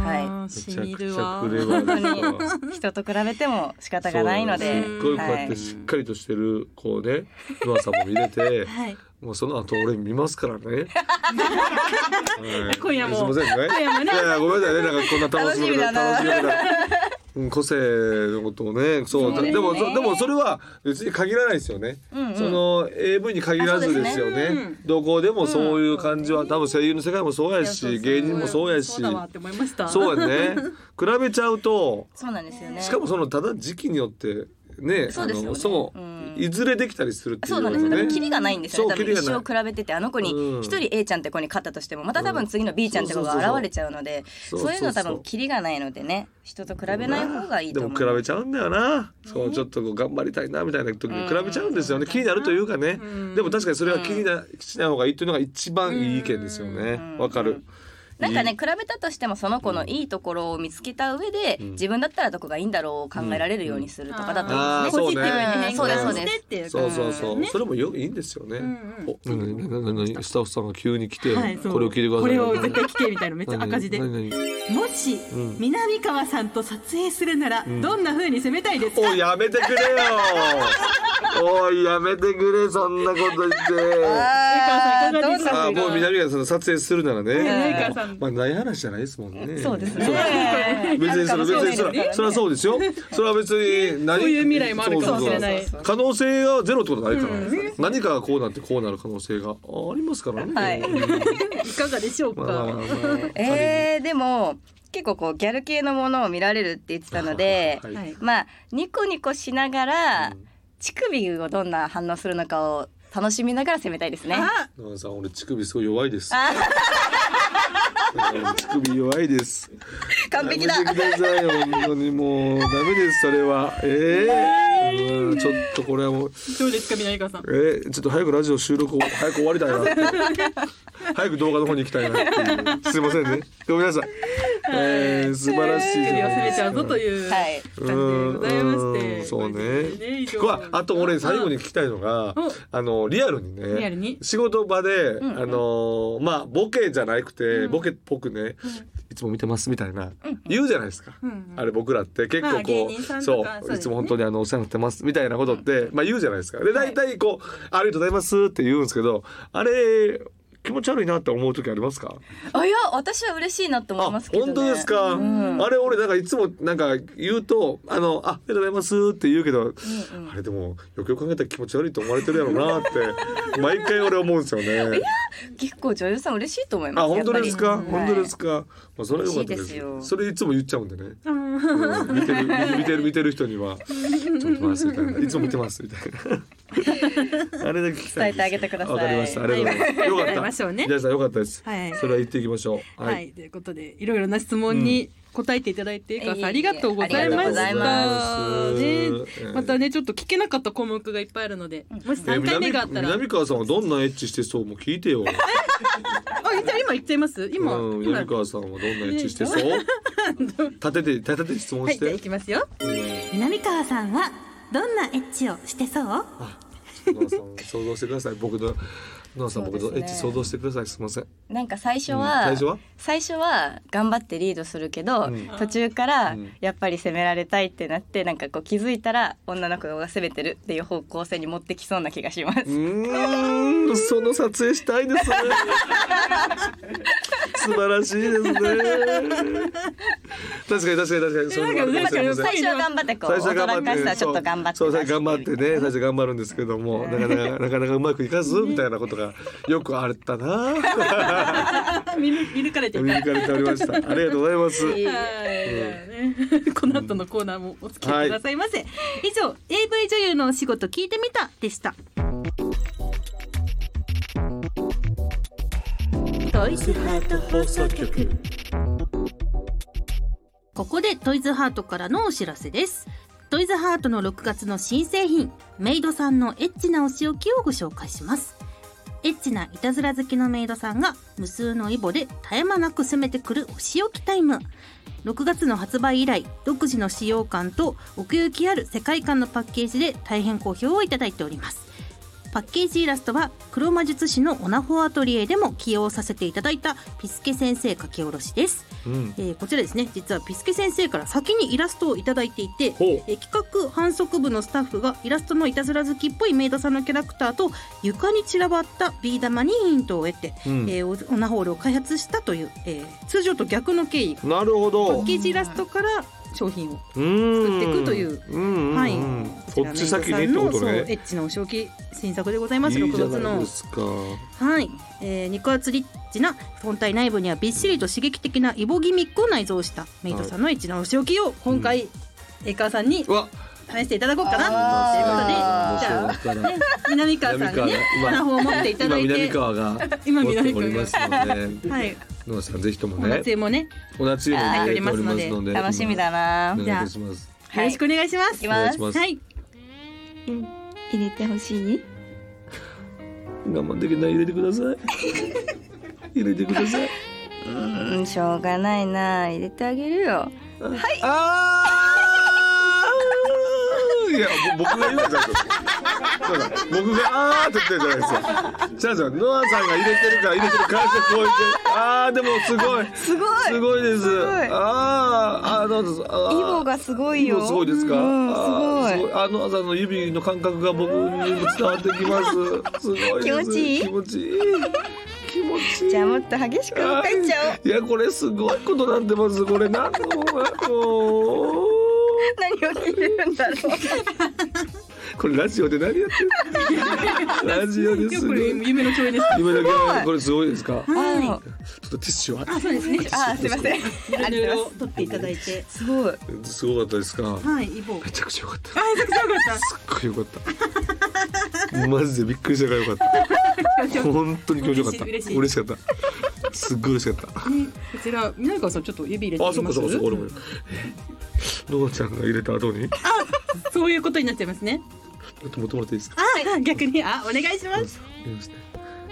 Speaker 4: は
Speaker 2: め
Speaker 4: い
Speaker 3: し
Speaker 2: ちゃ
Speaker 3: み
Speaker 2: くち
Speaker 3: る
Speaker 2: ゃ
Speaker 3: わ。
Speaker 2: くれ
Speaker 4: 本当
Speaker 2: は
Speaker 4: に人と比べても仕方がないの
Speaker 2: そう
Speaker 4: で、
Speaker 2: すっごいこうやってしっかりとしてるこうね、ノアさんも見れて、
Speaker 1: はい
Speaker 2: もうその後俺見ますからね。はい
Speaker 3: 今夜も
Speaker 2: すみませんね。
Speaker 3: 今夜もね
Speaker 2: いやいやごめんなさいねなんかこんな楽しみな楽
Speaker 4: 楽
Speaker 2: し
Speaker 4: し
Speaker 2: み
Speaker 4: み
Speaker 2: な。うん個性のことをね、そう
Speaker 4: そうですね
Speaker 2: でもそでもそれは別に限らないですよね。
Speaker 4: うんうん
Speaker 2: その AV に限らずですよね
Speaker 3: あそうですね
Speaker 2: どこでもそういう感じは、多分声優の世界もそうやし
Speaker 4: いやそうそう
Speaker 2: 芸人もそうやし
Speaker 3: そうだわって思いました。
Speaker 2: そうやね比べちゃうと
Speaker 4: そうなんですよね。
Speaker 2: しかもそのただ時期によってね
Speaker 4: そうですよね
Speaker 2: のそう、
Speaker 4: うん
Speaker 2: いずれできたりするってい
Speaker 4: そううな
Speaker 2: の
Speaker 4: ん
Speaker 2: が
Speaker 4: ですよ。だから
Speaker 2: ね
Speaker 4: キリがないんですよ
Speaker 2: そう
Speaker 4: ね。多分
Speaker 2: キリが
Speaker 4: 一
Speaker 2: ない
Speaker 4: 生比べててあの子に
Speaker 2: うん
Speaker 4: 一人 A ちゃんって子に勝ったとしてもまた多分次の B ちゃんって子が現れちゃうので、
Speaker 2: そうそうそう
Speaker 4: そういうのは多分キリがないのでね、人と比べない方がいい
Speaker 2: で
Speaker 4: と
Speaker 2: も
Speaker 4: 思
Speaker 2: 比
Speaker 4: う。
Speaker 2: べちゃうんだよな、そうちょっとこう頑張りたいなみたいな時に比べちゃうんですよね、気になるというかね、
Speaker 3: うん
Speaker 2: でも確かにそれは気にな、しない方がいいというのが一番いい意見ですよね
Speaker 4: うん
Speaker 2: わ、かる、
Speaker 4: なんかね
Speaker 2: いい
Speaker 4: 比べたとしてもその子のいいところを見つけた上で、
Speaker 2: うん
Speaker 4: 自分だったらどこがいいんだろうを考えられるようにするとかだと
Speaker 2: あー
Speaker 4: 思うんですね。
Speaker 2: そ
Speaker 3: ポ
Speaker 2: う
Speaker 3: ジ
Speaker 2: ね
Speaker 3: ティブに変換してっていう
Speaker 2: そうそうそう、
Speaker 3: ね
Speaker 2: それもよいいんですよね、
Speaker 3: ん
Speaker 2: おなになになになにスタッフさんが急に来て、
Speaker 1: はいそう
Speaker 2: これを聞いてくだ
Speaker 3: こ
Speaker 2: さい
Speaker 3: れを絶対来てみたいなめっちゃ赤字で。
Speaker 2: な
Speaker 3: も
Speaker 2: になになに
Speaker 1: もし、
Speaker 2: ん
Speaker 1: 南川さんと撮影するなら、どんな風に攻めたいですか
Speaker 2: おいやめて
Speaker 4: [LAUGHS]
Speaker 2: くれよおいやめてくれそんなこと言って
Speaker 4: あ
Speaker 3: 江
Speaker 4: ー
Speaker 3: 川さんいかがでした
Speaker 4: ど
Speaker 2: あ
Speaker 4: んな
Speaker 2: もう南川さんの撮影するならね、
Speaker 3: 南川さん
Speaker 2: まあない話じゃないですもんね
Speaker 4: そうです
Speaker 2: そう
Speaker 4: ね。
Speaker 2: 別にそれ別にそ
Speaker 4: あるかもしれない
Speaker 2: れそれはそうですよ。それは別に何
Speaker 3: そういう未来もあるかもしれな
Speaker 2: そ
Speaker 3: い
Speaker 2: うそうそう可能性がゼロってことないから、何かがこうなってこうなる可能性がありますからね。
Speaker 4: はい
Speaker 3: [LAUGHS] いかがでしょう
Speaker 2: まあまあまあ
Speaker 4: [LAUGHS]
Speaker 3: か。
Speaker 4: えー、でも結構こうギャル系のものを見られるって言ってたので、
Speaker 2: はい
Speaker 3: はい
Speaker 4: まあニコニコしながら、
Speaker 2: うん
Speaker 4: 乳首をどんな反応するのかを楽しみながら攻めたいですね。
Speaker 3: あ、
Speaker 4: [LAUGHS]
Speaker 2: 野田さん俺乳首すごい弱いです。
Speaker 4: あ
Speaker 2: 乳首弱いです。
Speaker 4: 完璧だ
Speaker 2: やめてください本当にもうダメですそれは。ええうんちょっとこれはもう
Speaker 3: どうですか南川さん
Speaker 2: えーちょっと早くラジオ収録を早く終わりたいなって。早く動画の方に行きたいなっていう。すいませんね。ごめんなさい。えー、素晴らしいじゃ
Speaker 3: 首を
Speaker 2: な
Speaker 3: 攻
Speaker 2: い
Speaker 3: め
Speaker 2: です
Speaker 3: ち
Speaker 2: か
Speaker 3: ゃうぞという
Speaker 4: は
Speaker 3: 感 [LAUGHS]
Speaker 4: い
Speaker 3: じでございまして
Speaker 2: そう
Speaker 3: これです
Speaker 2: ね。
Speaker 3: 以上
Speaker 2: こわあと俺最後に聞きたいのが
Speaker 3: うん、
Speaker 2: あのリアルに
Speaker 3: リア
Speaker 2: ね、
Speaker 3: ルに
Speaker 2: 仕事場で、あのーまあボケじゃなくてボケっぽくね、いつも見てますみたいな言うじゃないですか
Speaker 3: んうん。
Speaker 2: あれ僕らって結
Speaker 3: まあ
Speaker 2: 構
Speaker 3: 芸
Speaker 2: こ
Speaker 3: 人さ
Speaker 2: うんそ
Speaker 3: とかそうです
Speaker 2: う
Speaker 3: ね
Speaker 2: いつも本当にあのお世話になってますみたいなことってまあ言うじゃないですか。で大体こうありがとうございますって言うんですけど、あれ気持ち悪いなって思う時ありますか？
Speaker 4: あいや私は嬉しいなと思いますけど、ね、
Speaker 2: 本当ですか、
Speaker 4: うん
Speaker 2: あれ俺なんかいつもなんか言うと「あのあありがとうございます」って言うけど、あれでもよくよく考えたら気持ち悪いと思われてるやろうなって毎回俺思うんですよね。
Speaker 4: 結構女優さん嬉しいと思います
Speaker 2: あ本当ですか、
Speaker 4: やっぱり
Speaker 2: 本当ですか、まあ、それは良かったで
Speaker 4: 嬉
Speaker 2: す
Speaker 4: しいですよ
Speaker 2: それいつも言っちゃうんでね、うん見てる見てる見てる人には「ちょっと待ってみたいないつも見てます」みたい
Speaker 4: [LAUGHS]
Speaker 2: なあれだけ聞きたいです
Speaker 4: 伝えてあげてください
Speaker 2: わかりましたありがとうございます、よか
Speaker 3: やり
Speaker 2: っ
Speaker 3: ましたょうね
Speaker 2: 皆さんよかったです、
Speaker 3: はい
Speaker 2: それは言っていきましょう
Speaker 3: はい、ということでいろいろな質問に答えていただいて、
Speaker 4: ん
Speaker 3: 川さんありがとうございました。
Speaker 4: ありが
Speaker 2: とうござい
Speaker 3: ね
Speaker 2: ます、
Speaker 3: またねちょっと聞けなかった項目がいっぱいあるので、もし
Speaker 2: え
Speaker 3: 三回目があったら、
Speaker 2: 南南川さんはどんなエッチしてそうも聞いてよ。
Speaker 3: あ言っちゃう今言っちゃいます？今、
Speaker 2: うん、
Speaker 3: 今
Speaker 2: 南川さんはどんなエッチしてそう？立てて立てて質問
Speaker 3: はい
Speaker 2: し
Speaker 3: じゃあ
Speaker 2: て
Speaker 3: 行。きますよ。
Speaker 1: 南川さんはどんなエッチをしてそう
Speaker 2: 南川さん想像してください。僕の南川さん僕
Speaker 4: そう
Speaker 2: の
Speaker 4: です
Speaker 2: エ
Speaker 4: ね
Speaker 2: ッチ想像してください。すみません。
Speaker 4: なんか最初は、
Speaker 2: うん最初は
Speaker 4: 最初は頑張ってリードするけど、
Speaker 2: うん
Speaker 4: 途中から
Speaker 2: うん
Speaker 4: やっぱり攻められたいってなってなんかこう気づいたら女の子が攻めてるっていう方向性に持ってきそうな気がします、
Speaker 2: う
Speaker 4: [LAUGHS]
Speaker 2: ーん、その撮影したいです
Speaker 3: [LAUGHS]
Speaker 2: ね。素晴らしいですね。確かに確かに確かにそういうのもあるかもしれません
Speaker 4: 最初は頑張ってこう
Speaker 2: 最初は
Speaker 4: 大
Speaker 2: 頑張
Speaker 4: 人か
Speaker 2: っ
Speaker 4: してさ
Speaker 2: ね
Speaker 4: はちょっと頑張って
Speaker 2: そうそう頑張ってね最初頑張るんですけどもなかなかなかなかうまくいかずみたいなことがよくあったな
Speaker 4: [LAUGHS]
Speaker 3: あ見抜見抜かれて
Speaker 2: 見
Speaker 3: る。はい
Speaker 2: 抜かれておりましたありがとうございます
Speaker 3: じゃあね [LAUGHS] この後のコーナーもお付き合いくださいませ。
Speaker 1: 以上 AV 女優のお仕事聞いてみたでしたトイズハート放送局ここでトイズハートからのお知らせですトイズハートの6月の新製品メイドさんのエッチなお仕置きをご紹介しますエッチないたずら好きのメイドさんが無数のイボで絶え間なく攻めてくるお仕置きタイム6月の発売以来独自の使用感と奥行きある世界観のパッケージで大変好評をいただいておりますパッケージイラストは黒魔術師のオナホアトリエでも起用させていただいたピスケ先生書き下ろしです、
Speaker 2: うん
Speaker 1: えーこちらですね実はピスケ先生から先にイラストをいただいていて
Speaker 2: ほ
Speaker 1: えー企画販促部のスタッフがイラストのいたずら好きっぽいメイドさんのキャラクターと床に散らばったビー玉にヒントを得て、
Speaker 2: う、うん、
Speaker 1: えーオナホールを開発したという、えー通常と逆の経緯が
Speaker 2: なる
Speaker 1: パ
Speaker 2: ほど
Speaker 1: ッケージイラストから商品を、
Speaker 2: 作
Speaker 1: っていくという
Speaker 2: うん
Speaker 1: はい
Speaker 2: こっち先にっ
Speaker 1: こちらメイドさんの
Speaker 2: てこと
Speaker 1: そうエ
Speaker 2: ね
Speaker 1: ッチのお正気新作でございます
Speaker 2: いい
Speaker 1: 6
Speaker 2: じゃ
Speaker 1: 月
Speaker 2: ない
Speaker 1: の
Speaker 2: ですか
Speaker 1: はい、えー肉厚リッチな本体内部にはびっしりと刺激的なイボギミックを内蔵したメイドさんのエッチなお仕置きを今回、エイカーさんに
Speaker 2: うわ
Speaker 1: 試していただこうかな
Speaker 4: あ
Speaker 1: ということで
Speaker 2: ということでじゃあ
Speaker 1: じゃあ南川さんにね
Speaker 2: 南川が今
Speaker 1: 花を持っていただ
Speaker 2: 今
Speaker 1: いて
Speaker 2: 南川が
Speaker 3: 今
Speaker 2: 持っ
Speaker 3: 南
Speaker 2: て
Speaker 3: 川が
Speaker 2: おりますので
Speaker 1: はい
Speaker 2: 野田さんぜひとも
Speaker 1: お
Speaker 2: ね
Speaker 1: 夏もね
Speaker 2: 同じように入れております
Speaker 1: は
Speaker 2: ので
Speaker 4: 楽しみだ
Speaker 2: お
Speaker 4: な、
Speaker 2: 願いいたします
Speaker 1: よろしくお願いしま
Speaker 4: い
Speaker 1: す、
Speaker 4: き
Speaker 2: お願
Speaker 4: ま
Speaker 2: い
Speaker 4: す
Speaker 2: します
Speaker 1: はい
Speaker 4: 入れてほしい
Speaker 2: 我慢できない入れてください入れてください
Speaker 4: うんしょうがないな入れてあげるよ
Speaker 2: はいあーいやぼ僕が言うじゃんそうだ僕があーって言ってるじゃないですよじゃあじゃあノアさんが入れてるから入れてる感触を置いてあーでもすごい
Speaker 4: すごい
Speaker 2: すごいです
Speaker 4: ごい
Speaker 2: あーあどうぞあ
Speaker 4: イ
Speaker 2: ー
Speaker 4: ボがすごい
Speaker 2: イ
Speaker 4: よ
Speaker 2: ボすごいですか、
Speaker 4: うん
Speaker 2: あー
Speaker 4: すごい
Speaker 2: あの朝の指の感覚が僕にも伝わってきます
Speaker 4: [LAUGHS]
Speaker 2: すごいです
Speaker 4: 気持ちいい
Speaker 2: 気持ちいい気持ちいい
Speaker 4: じゃあもっと激しく動かいちゃおう
Speaker 2: いやこれすごいことなってますこれなんのもう
Speaker 4: 何を聞いてるんだろう
Speaker 2: これラジオで何やってるラジオです
Speaker 3: 今日こ
Speaker 4: [LAUGHS]
Speaker 2: ご
Speaker 3: れ
Speaker 2: い
Speaker 3: 夢の共演です。
Speaker 2: 夢だけこれすごいですかちょ
Speaker 4: あ
Speaker 2: っとティッシュは
Speaker 1: あそうですね
Speaker 4: あーすいませんあ
Speaker 1: いろ
Speaker 4: り
Speaker 1: い
Speaker 4: がとうござい
Speaker 1: ろ取っていただいて
Speaker 4: ますすごい
Speaker 2: すごかったですか
Speaker 1: はいイボ
Speaker 2: めちゃくちゃ良かったあめちゃくちゃ良かったすっ
Speaker 3: [LAUGHS]
Speaker 2: ごい良かったマジでびっくりしたから良かった本当に気持ちよかった
Speaker 3: 嬉しい嬉しい
Speaker 2: 嬉しかったすっごい嬉しか
Speaker 3: [LAUGHS]
Speaker 2: った。
Speaker 3: ねこちら南川さんちょっと指入れて
Speaker 2: あ、そ
Speaker 3: み
Speaker 2: っか
Speaker 3: ます
Speaker 2: そっかそっか、俺も。えノアちゃんが入れた後に。ち
Speaker 3: そういうことになっちゃいますね
Speaker 2: ょっと持ってもらっていいですか。
Speaker 3: あ、逆にあお願いしま
Speaker 2: 入
Speaker 3: す
Speaker 2: れますね。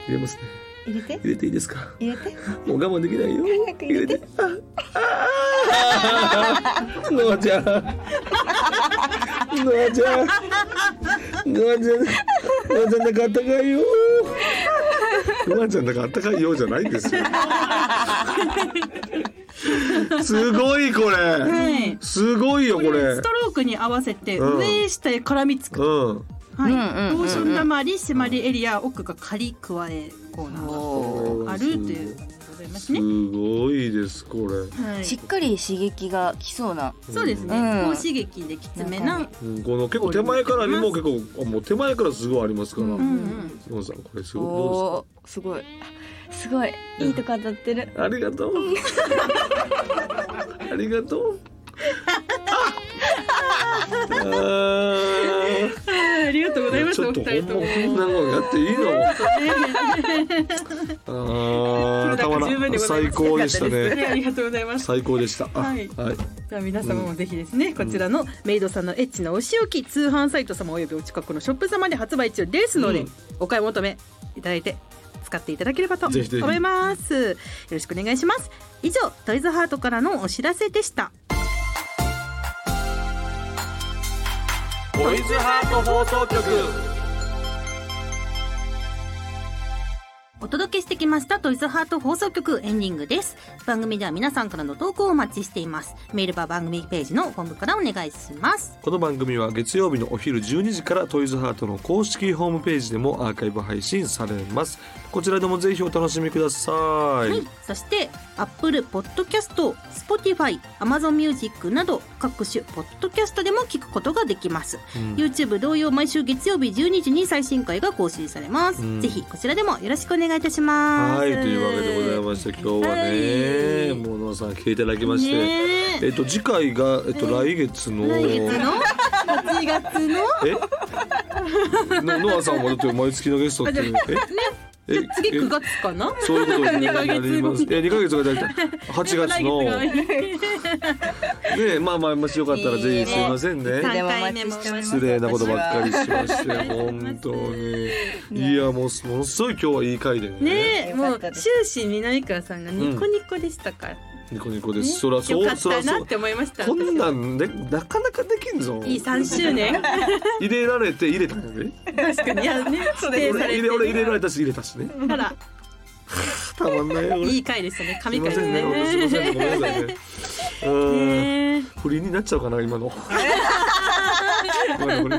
Speaker 2: 入れますね。
Speaker 4: 入れて
Speaker 2: 入れていいですか。
Speaker 4: 入れて
Speaker 2: もう我慢できないよ。
Speaker 4: 早く入れて
Speaker 2: て。ああーノアちゃん。ノアちゃん。ノアちゃん。ノアちゃんなんかあったかいよ。ノアちゃんなんかあったかいよじゃないんですよ。すごいこれ。
Speaker 3: はい
Speaker 2: すごいよ
Speaker 3: こ
Speaker 2: こ
Speaker 3: れ
Speaker 2: れ
Speaker 3: スト。ロークに合わせて
Speaker 2: うん
Speaker 3: 上下へ絡みつく、
Speaker 2: うん。
Speaker 3: はい、
Speaker 4: う
Speaker 3: ロ
Speaker 4: んうんうんうん
Speaker 3: ーションだまり締まりエリア奥が仮加えコーナー
Speaker 4: お
Speaker 3: があるということでございます
Speaker 2: す
Speaker 3: ね
Speaker 2: ごいですこれ。
Speaker 3: はい
Speaker 4: しっかり刺激がきそうな
Speaker 3: そうですね、
Speaker 4: うん
Speaker 3: 高刺激できつめな、
Speaker 2: うんこの結構手前からにも結構あもう手前からすごいありますから。
Speaker 4: う
Speaker 2: ノ
Speaker 4: ん
Speaker 2: ア
Speaker 3: うん
Speaker 2: さんこれす
Speaker 4: お
Speaker 2: ごいどうですか。
Speaker 4: おーすごいあすごいいいとこ当たってる
Speaker 2: ありがとう。 [LAUGHS] ありがとう。あー
Speaker 3: うん、ありがとうございます
Speaker 2: ちょ
Speaker 3: お
Speaker 2: っと
Speaker 3: 二
Speaker 2: ほんま
Speaker 3: 人とも
Speaker 2: こんなのやってい
Speaker 3: [LAUGHS]
Speaker 2: いの。あーたま
Speaker 3: 十分で
Speaker 2: ら
Speaker 3: ござい
Speaker 2: 最高で
Speaker 3: ます
Speaker 2: した
Speaker 3: よかった
Speaker 2: ね。
Speaker 3: ですありがとうございます
Speaker 2: 最高でした。あ
Speaker 3: はい
Speaker 2: はい。
Speaker 3: じゃあ皆様もぜひですね、こちらのメイドさんのエッチなお仕置き通販サイト様およびお近くのショップ様で発売中ですので、
Speaker 2: うん
Speaker 3: お買い求めいただいて使っていただければと思
Speaker 2: ぜひぜひ
Speaker 3: いますよろしくお願いします以上トイズハートからのお知らせでした
Speaker 2: ボイズハート放送局。
Speaker 1: お届けしてきましたトイズハート放送局エンディングです番組では皆さんからの投稿をお待ちしていますメールは番組ページのフォームからお願いします
Speaker 2: この番組は月曜日のお昼12時からトイズハートの公式ホームページでもアーカイブ配信されます。こちらでもぜひお楽しみくださ
Speaker 1: はいい。、そしてアップルポッドキャスト、Spotify、Amazon Music など各種ポッドキャストでも聞くことができます。
Speaker 2: うん
Speaker 1: YouTube 同様毎週月曜日12時に最新回が更新されます。
Speaker 2: うん
Speaker 1: ぜひこちらでもよろしくお願いいたします。
Speaker 2: はい、というわけでございまして、今日は
Speaker 1: はい
Speaker 2: ね、もうのさん来ていただきまして。
Speaker 1: ねえ
Speaker 2: えっと、次回が、えっと、来月の。
Speaker 1: 来月の8月の
Speaker 2: え。 [LAUGHS] の、ノアさんはだって、毎月のゲストっていう。え。え
Speaker 3: 次9
Speaker 2: え
Speaker 3: 月かな
Speaker 2: そういうことになります。
Speaker 3: 二ヶ月後
Speaker 2: え、二ヶ月が大体八月の。
Speaker 3: 来
Speaker 2: ね
Speaker 3: 月が
Speaker 2: え、まあまあ、もしよかったら、ぜひすいません
Speaker 4: いつ
Speaker 2: ね。
Speaker 4: でもお待ちしております
Speaker 2: 失礼なことばっかりしまして、本当に。いや、もう、ものすごい、今日はいい回でね。
Speaker 3: ねえ
Speaker 4: よ
Speaker 3: も
Speaker 4: か
Speaker 3: う
Speaker 4: ったです
Speaker 3: 終始南川さんがニコニコでしたから、
Speaker 2: ニコニコで
Speaker 3: ね
Speaker 2: す。そら、そ
Speaker 3: よ
Speaker 2: う
Speaker 3: か、っ
Speaker 2: そら、
Speaker 3: た
Speaker 2: そ
Speaker 3: なっ
Speaker 2: う
Speaker 3: て。思いました
Speaker 2: こんなんね、なかなかできんぞ。
Speaker 3: いい3周年
Speaker 2: 入れられて入れたんだね。
Speaker 3: 確かにいやね指定さ
Speaker 2: 俺
Speaker 3: れ
Speaker 2: 入
Speaker 3: て
Speaker 2: れ俺入れられたし入れたしね。
Speaker 3: たら
Speaker 2: たまんないよ。俺
Speaker 3: いい回でしたね
Speaker 2: すい
Speaker 3: 神
Speaker 2: ま
Speaker 3: 回
Speaker 2: せ
Speaker 3: です
Speaker 2: んね。本当すいませんごめんなさいね。うーん
Speaker 3: ねえ
Speaker 2: 不倫になっちゃうかな今
Speaker 3: [LAUGHS]
Speaker 2: の。今の不倫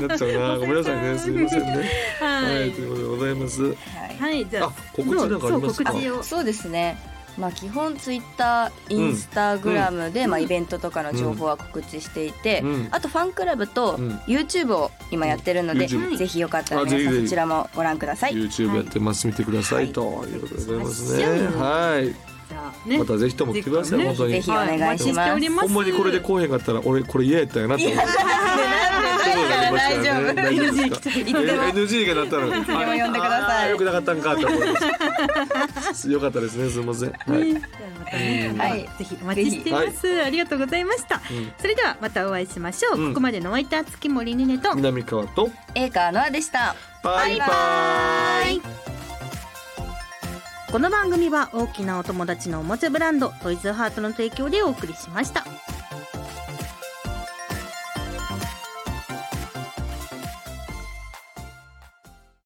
Speaker 2: になっちゃうな。ごめんなさいね。すいませんね。
Speaker 3: はい
Speaker 2: はいということでございます。
Speaker 4: はい
Speaker 3: はい、じゃあ
Speaker 2: あ、告知なんかありますか
Speaker 3: そう告。知を
Speaker 4: そうですね。まあ基本ツイッター、インスタグラムで、まあイベントとかの情報は告知していて、
Speaker 2: うん
Speaker 4: あとファンクラブと
Speaker 2: うん
Speaker 4: YouTube を今やってるので、
Speaker 2: YouTube
Speaker 4: ぜひよかったら
Speaker 2: あぜひ
Speaker 4: 皆
Speaker 2: ぜ
Speaker 4: さ
Speaker 2: ひ
Speaker 4: んそちらもご覧ください。
Speaker 2: YouTube やってます。見てくださいということでございますね。
Speaker 3: はい
Speaker 2: はい。
Speaker 3: じゃあね
Speaker 2: またぜひとも来てください。
Speaker 3: ぜ
Speaker 2: 本
Speaker 3: ひ
Speaker 2: 当
Speaker 4: ぜ
Speaker 2: に
Speaker 4: ひ。お願い
Speaker 3: はお待
Speaker 4: します
Speaker 3: ちしております
Speaker 2: ほんまにこれで来へんかったら俺これ嫌やったよなと思って。
Speaker 4: なんでなんで
Speaker 2: 大丈夫ですか。
Speaker 4: いつでも
Speaker 2: NG がなったのに。
Speaker 4: も呼んでください
Speaker 2: あーよくなかったんかと思い [LAUGHS] ます。よかったですね。すみません。はい。
Speaker 3: じゃあまたね、
Speaker 4: はい
Speaker 1: ぜひお待ちしています、ありがとうございました、
Speaker 2: ん
Speaker 1: それではまたお会いしましょう、
Speaker 2: うん
Speaker 1: ここまでのお相手は月森ねねと
Speaker 2: 南川と
Speaker 4: エーカーノアでした。
Speaker 2: バイバイ。
Speaker 1: この番組は大きなお友達のおもちゃブランドトイズハートの提供でお送りしました